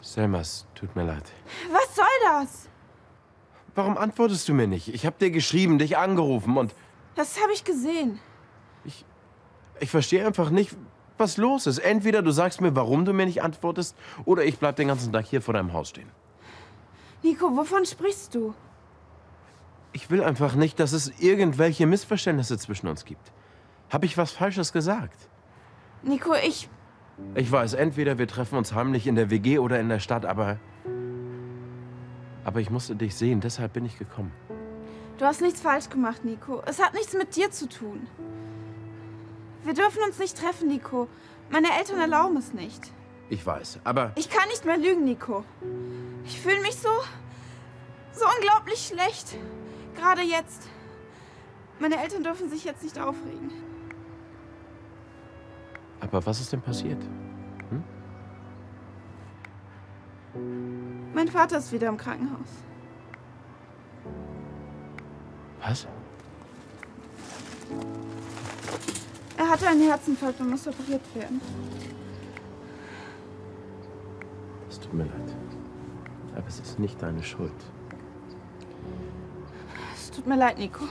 Selmas, tut mir leid. Was soll das? Warum antwortest du mir nicht? Ich habe dir geschrieben, dich angerufen und Das habe ich gesehen. ich verstehe einfach nicht, was los ist. Entweder du sagst mir, warum du mir nicht antwortest, oder ich bleib den ganzen Tag hier vor deinem Haus stehen. Nico, wovon sprichst du? Ich will einfach nicht, dass es irgendwelche Missverständnisse zwischen uns gibt. Hab ich was Falsches gesagt? Nico, ich. Ich weiß, entweder wir treffen uns heimlich in der WG oder in der Stadt, aber. Aber ich musste dich sehen, deshalb bin ich gekommen. Du hast nichts falsch gemacht, Nico. Es hat nichts mit dir zu tun. Wir dürfen uns nicht treffen, Nico. Meine Eltern erlauben es nicht. Ich weiß, aber Ich kann nicht mehr lügen, Nico. Ich fühle mich so. so unglaublich schlecht. Gerade jetzt. Meine Eltern dürfen sich jetzt nicht aufregen. Aber was ist denn passiert? Mein Vater ist wieder im Krankenhaus. Was? Er hatte einen Herzinfarkt und muss operiert werden. Es tut mir leid. Aber es ist nicht deine Schuld. Es tut mir leid, Nico.